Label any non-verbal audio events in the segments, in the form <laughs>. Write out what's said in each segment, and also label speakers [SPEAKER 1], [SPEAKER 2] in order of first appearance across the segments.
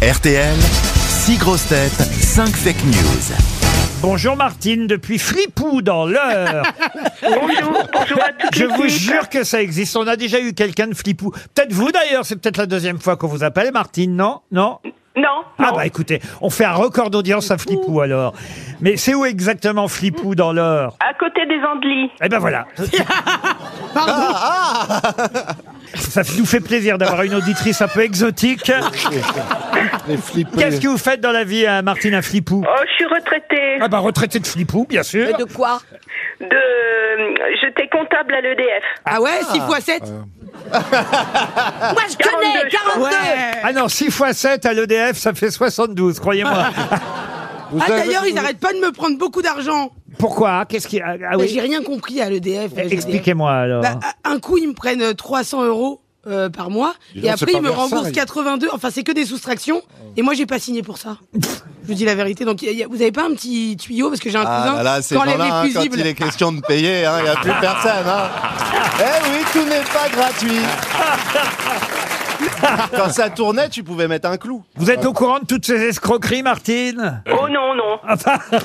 [SPEAKER 1] RTL, 6 grosses têtes, 5 fake news.
[SPEAKER 2] Bonjour Martine, depuis Flipou dans l'heure.
[SPEAKER 3] Bonjour, bonjour à toutes
[SPEAKER 2] Je
[SPEAKER 3] les
[SPEAKER 2] vous
[SPEAKER 3] équipes.
[SPEAKER 2] jure que ça existe. On a déjà eu quelqu'un de Flipou. Peut-être vous d'ailleurs, c'est peut-être la deuxième fois qu'on vous appelle Martine, non Non
[SPEAKER 3] Non,
[SPEAKER 2] Ah
[SPEAKER 3] non.
[SPEAKER 2] bah écoutez, on fait un record d'audience à Flipou alors. Mais c'est où exactement Flipou dans l'heure
[SPEAKER 3] à côté des Andelys.
[SPEAKER 2] Eh ben voilà. Ça nous fait plaisir d'avoir une auditrice un peu exotique. Qu'est-ce que vous faites dans la vie, hein, Martine, à Flipou
[SPEAKER 3] Oh, je suis retraitée.
[SPEAKER 2] Ah bah retraité de Flipou, bien sûr.
[SPEAKER 4] Mais de quoi
[SPEAKER 3] De... J'étais comptable à l'EDF.
[SPEAKER 4] Ah ouais, 6 x 7 Moi je connais,
[SPEAKER 3] 42, je
[SPEAKER 4] 42
[SPEAKER 2] Ah non, 6 x 7 à l'EDF, ça fait 72, croyez-moi.
[SPEAKER 5] Ah d'ailleurs, ils n'arrêtent pas de me prendre beaucoup d'argent.
[SPEAKER 2] Pourquoi Qu'est-ce qui... Ah ah
[SPEAKER 5] Bah,
[SPEAKER 2] oui,
[SPEAKER 5] J'ai rien compris à l'EDF. à GDF.
[SPEAKER 2] expliquez-moi alors.
[SPEAKER 5] Bah, un coup, ils me prennent 300 euros euh, par mois et après, ils me remboursent 82. Enfin, c'est que des soustractions. Et moi, j'ai pas signé pour ça. Je vous dis la vérité. Donc, y a- y a- vous avez pas un petit tuyau parce que j'ai un cousin
[SPEAKER 6] Ah là là, ces
[SPEAKER 5] qui enlève
[SPEAKER 6] gens-là, hein,
[SPEAKER 5] les
[SPEAKER 6] quand
[SPEAKER 5] fusibles.
[SPEAKER 6] il est question de payer, il n'y a plus personne. Hein. <laughs> Eh oui, tout n'est pas <laughs> gratuit. Quand ça tournait, tu pouvais mettre un clou.
[SPEAKER 2] Vous êtes au courant de toutes ces escroqueries, Martine
[SPEAKER 3] Oh non, non.
[SPEAKER 2] Enfin, <laughs>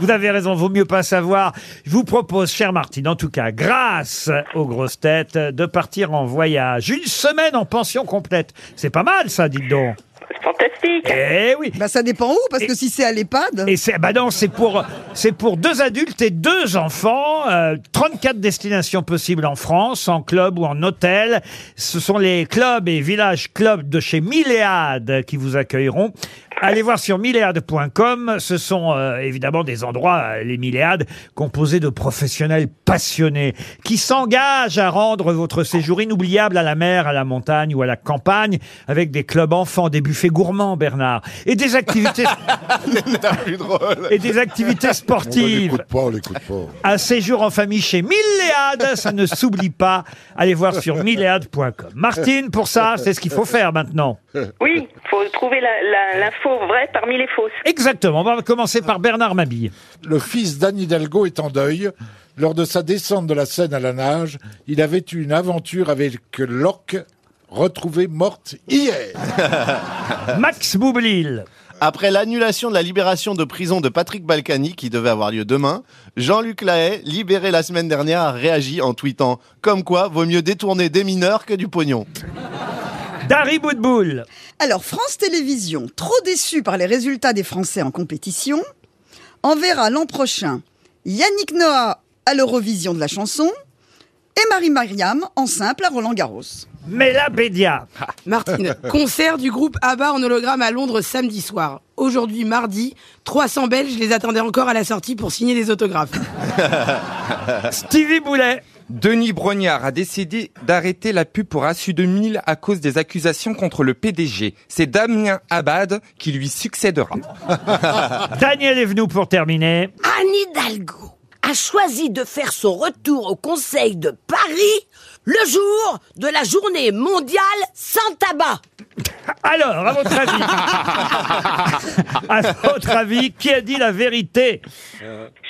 [SPEAKER 2] vous avez raison, vaut mieux pas savoir. Je vous propose, chère Martine, en tout cas, grâce aux grosses têtes, de partir en voyage. Une semaine en pension complète. C'est pas mal, ça, dites donc.
[SPEAKER 3] C'est fantastique.
[SPEAKER 2] Eh oui.
[SPEAKER 7] Bah ça dépend où, parce que si c'est à l'EHPAD,
[SPEAKER 2] Et c'est, bah non, c'est pour, c'est pour deux adultes et deux enfants. euh, 34 destinations possibles en France, en club ou en hôtel. Ce sont les clubs et villages clubs de chez Milléade qui vous accueilleront. Allez voir sur milléade.com. Ce sont euh, évidemment des endroits, euh, les Milléades, composés de professionnels passionnés qui s'engagent à rendre votre séjour inoubliable à la mer, à la montagne ou à la campagne avec des clubs enfants, des buffets gourmands, Bernard, et des activités
[SPEAKER 6] C'était plus drôle.
[SPEAKER 2] et des <laughs> activités sportives.
[SPEAKER 8] pas, on l'écoute pas.
[SPEAKER 2] Un séjour en famille chez Milléade, ça ne s'oublie pas. Allez voir sur milléade.com. Martine, pour ça, c'est ce qu'il faut faire maintenant.
[SPEAKER 3] Oui,
[SPEAKER 2] euh.
[SPEAKER 3] faut trouver la- la- l'info vraie parmi les fausses.
[SPEAKER 2] Exactement. On va commencer par Bernard Mabille.
[SPEAKER 8] Le fils d'Anne Hidalgo est en deuil. Lors de sa descente de la Seine à la nage, il avait eu une aventure avec l'orque retrouvée morte hier.
[SPEAKER 2] Max Boublil.
[SPEAKER 6] Après l'annulation de la libération de prison de Patrick Balkany, qui devait avoir lieu demain, Jean-Luc Lahaye, libéré la semaine dernière, a réagi en tweetant « Comme quoi, vaut mieux détourner des mineurs que du pognon
[SPEAKER 2] Dari Boudboul.
[SPEAKER 7] alors France Télévisions, trop déçue par les résultats des Français en compétition, enverra l'an prochain Yannick Noah à l'Eurovision de la chanson et Marie-Mariam en simple à Roland-Garros.
[SPEAKER 2] Mela Bédia.
[SPEAKER 6] <laughs>
[SPEAKER 5] Martine, concert du groupe ABBA en hologramme à Londres samedi soir. Aujourd'hui, mardi, 300 Belges les attendaient encore à la sortie pour signer des autographes.
[SPEAKER 2] Stevie Boulet.
[SPEAKER 9] Denis Brognard a décidé d'arrêter la pub pour Assu 2000 à cause des accusations contre le PDG. C'est Damien Abad qui lui succédera.
[SPEAKER 2] Daniel Evenou pour terminer.
[SPEAKER 4] Anne Hidalgo a choisi de faire son retour au Conseil de Paris le jour de la journée mondiale sans tabac.
[SPEAKER 2] Alors, à votre avis. à votre avis, qui a dit la vérité
[SPEAKER 3] Je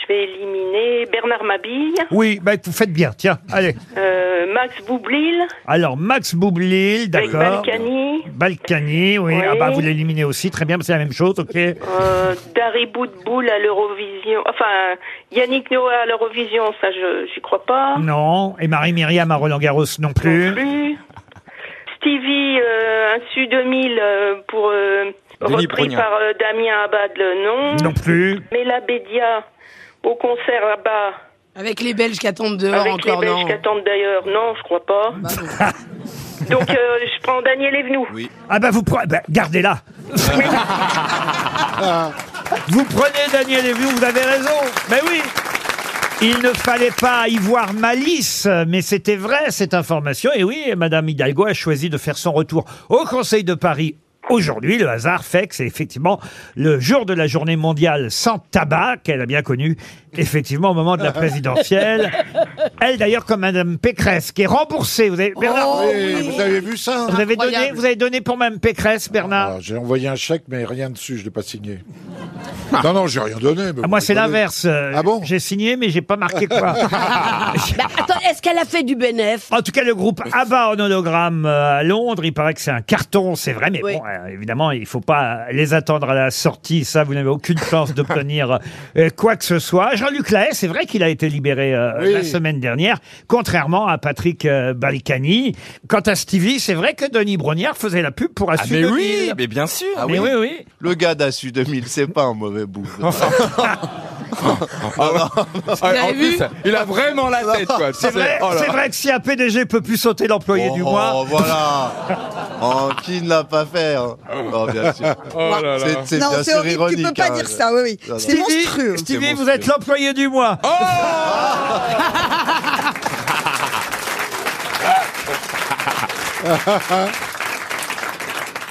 [SPEAKER 3] vais éliminer Bernard Mabille,
[SPEAKER 2] Oui, bah, vous faites bien. Tiens, allez.
[SPEAKER 3] euh, Max Boublil,
[SPEAKER 2] Alors, Max Boublil,
[SPEAKER 3] avec
[SPEAKER 2] d'accord.
[SPEAKER 3] Balkany,
[SPEAKER 2] Balkany, oui.
[SPEAKER 3] Oui.
[SPEAKER 2] Ah bah, vous l'éliminez aussi, très bien, c'est la même chose, ok.
[SPEAKER 3] euh, Dari Boudboul à l'Eurovision. Enfin, Yannick Noah à l'Eurovision, ça, je j'y crois pas.
[SPEAKER 2] Non. Et Marie-Myriam à Roland-Garros non
[SPEAKER 3] Non
[SPEAKER 2] plus.
[SPEAKER 3] plus. Stevie, euh, un Sud 2000 euh, pour euh,
[SPEAKER 9] Denis
[SPEAKER 3] repris
[SPEAKER 9] Brognard.
[SPEAKER 3] par euh, Damien Abad, le nom.
[SPEAKER 2] Non plus.
[SPEAKER 3] Mela Bédia au concert là-bas
[SPEAKER 5] Avec les Belges qui attendent dehors
[SPEAKER 3] avec les
[SPEAKER 5] encore,
[SPEAKER 3] Belges
[SPEAKER 5] non. Bah
[SPEAKER 3] qui attendent d'ailleurs. Non, je crois pas. <laughs> Donc euh, je prends Daniel Evenou.
[SPEAKER 2] Ah bah, vous prenez. Bah, gardez-la. <laughs> vous prenez Daniel et vous, vous avez raison. Mais oui. Il ne fallait pas y voir malice, mais c'était vrai cette information. Et oui, Madame Hidalgo a choisi de faire son retour au Conseil de Paris. Aujourd'hui, le hasard fait que c'est effectivement le jour de la journée mondiale sans tabac qu'elle a bien connue, effectivement au moment de la présidentielle. Elle d'ailleurs comme Madame Pécresse qui est remboursée. Vous avez, Bernard,
[SPEAKER 8] Et Vous avez vu ça
[SPEAKER 2] vous avez donné,
[SPEAKER 5] Incroyable.
[SPEAKER 2] vous avez donné pour Madame Pécresse, Bernard.
[SPEAKER 8] Ah, J'ai envoyé un chèque, mais rien dessus, je l'ai pas signé. Non, non, j'ai rien donné. mais
[SPEAKER 2] Ah, moi,
[SPEAKER 8] vous
[SPEAKER 2] c'est
[SPEAKER 8] rigolez.
[SPEAKER 2] l'inverse. euh,
[SPEAKER 8] Ah bon
[SPEAKER 2] J'ai signé, mais j'ai pas marqué quoi.
[SPEAKER 4] Bah, attends, est-ce qu'elle a fait du bénéf
[SPEAKER 2] En tout cas, le groupe ABBA en hologramme euh, à Londres, il paraît que c'est un carton, c'est vrai, mais
[SPEAKER 4] Oui.
[SPEAKER 2] bon, euh, évidemment, il faut pas les attendre à la sortie, ça, vous n'avez aucune chance d'obtenir euh, quoi que ce soit. Jean-Luc Lahaye, c'est vrai qu'il a été libéré euh,
[SPEAKER 8] Oui.
[SPEAKER 2] la semaine dernière, contrairement à Patrick euh, Balkany. Quant à Stevie, c'est vrai que Denis Brognard faisait la pub pour
[SPEAKER 9] Ah,
[SPEAKER 2] assumer.
[SPEAKER 9] mais oui, mais bien sûr.
[SPEAKER 6] Ah
[SPEAKER 2] Mais oui, oui.
[SPEAKER 6] Le gars d'Assu 2000, c'est pas un mauvais bouffe.
[SPEAKER 9] Ah,
[SPEAKER 5] l'avez
[SPEAKER 9] en
[SPEAKER 5] vu
[SPEAKER 9] plus, il a vraiment la tête, quoi.
[SPEAKER 2] C'est vrai,
[SPEAKER 9] Oh là
[SPEAKER 2] c'est
[SPEAKER 9] là. Oh,
[SPEAKER 2] vrai que si un PDG peut plus sauter l'employé du mois,
[SPEAKER 6] voilà. Oh, qui ne l'a pas fait hein Oh, bien sûr.
[SPEAKER 9] Ah Oh là là.
[SPEAKER 6] C'est c'est
[SPEAKER 7] Non,
[SPEAKER 6] bien
[SPEAKER 7] c'est
[SPEAKER 6] sûr
[SPEAKER 7] horrible,
[SPEAKER 6] ironique.
[SPEAKER 7] tu peux pas
[SPEAKER 6] hein.
[SPEAKER 7] dire ça, oui, oui.
[SPEAKER 6] Non,
[SPEAKER 7] C'est
[SPEAKER 6] non.
[SPEAKER 7] monstrueux.
[SPEAKER 2] Stevie,
[SPEAKER 6] C'est
[SPEAKER 2] vous êtes
[SPEAKER 6] monstrueux.
[SPEAKER 2] l'employé du mois.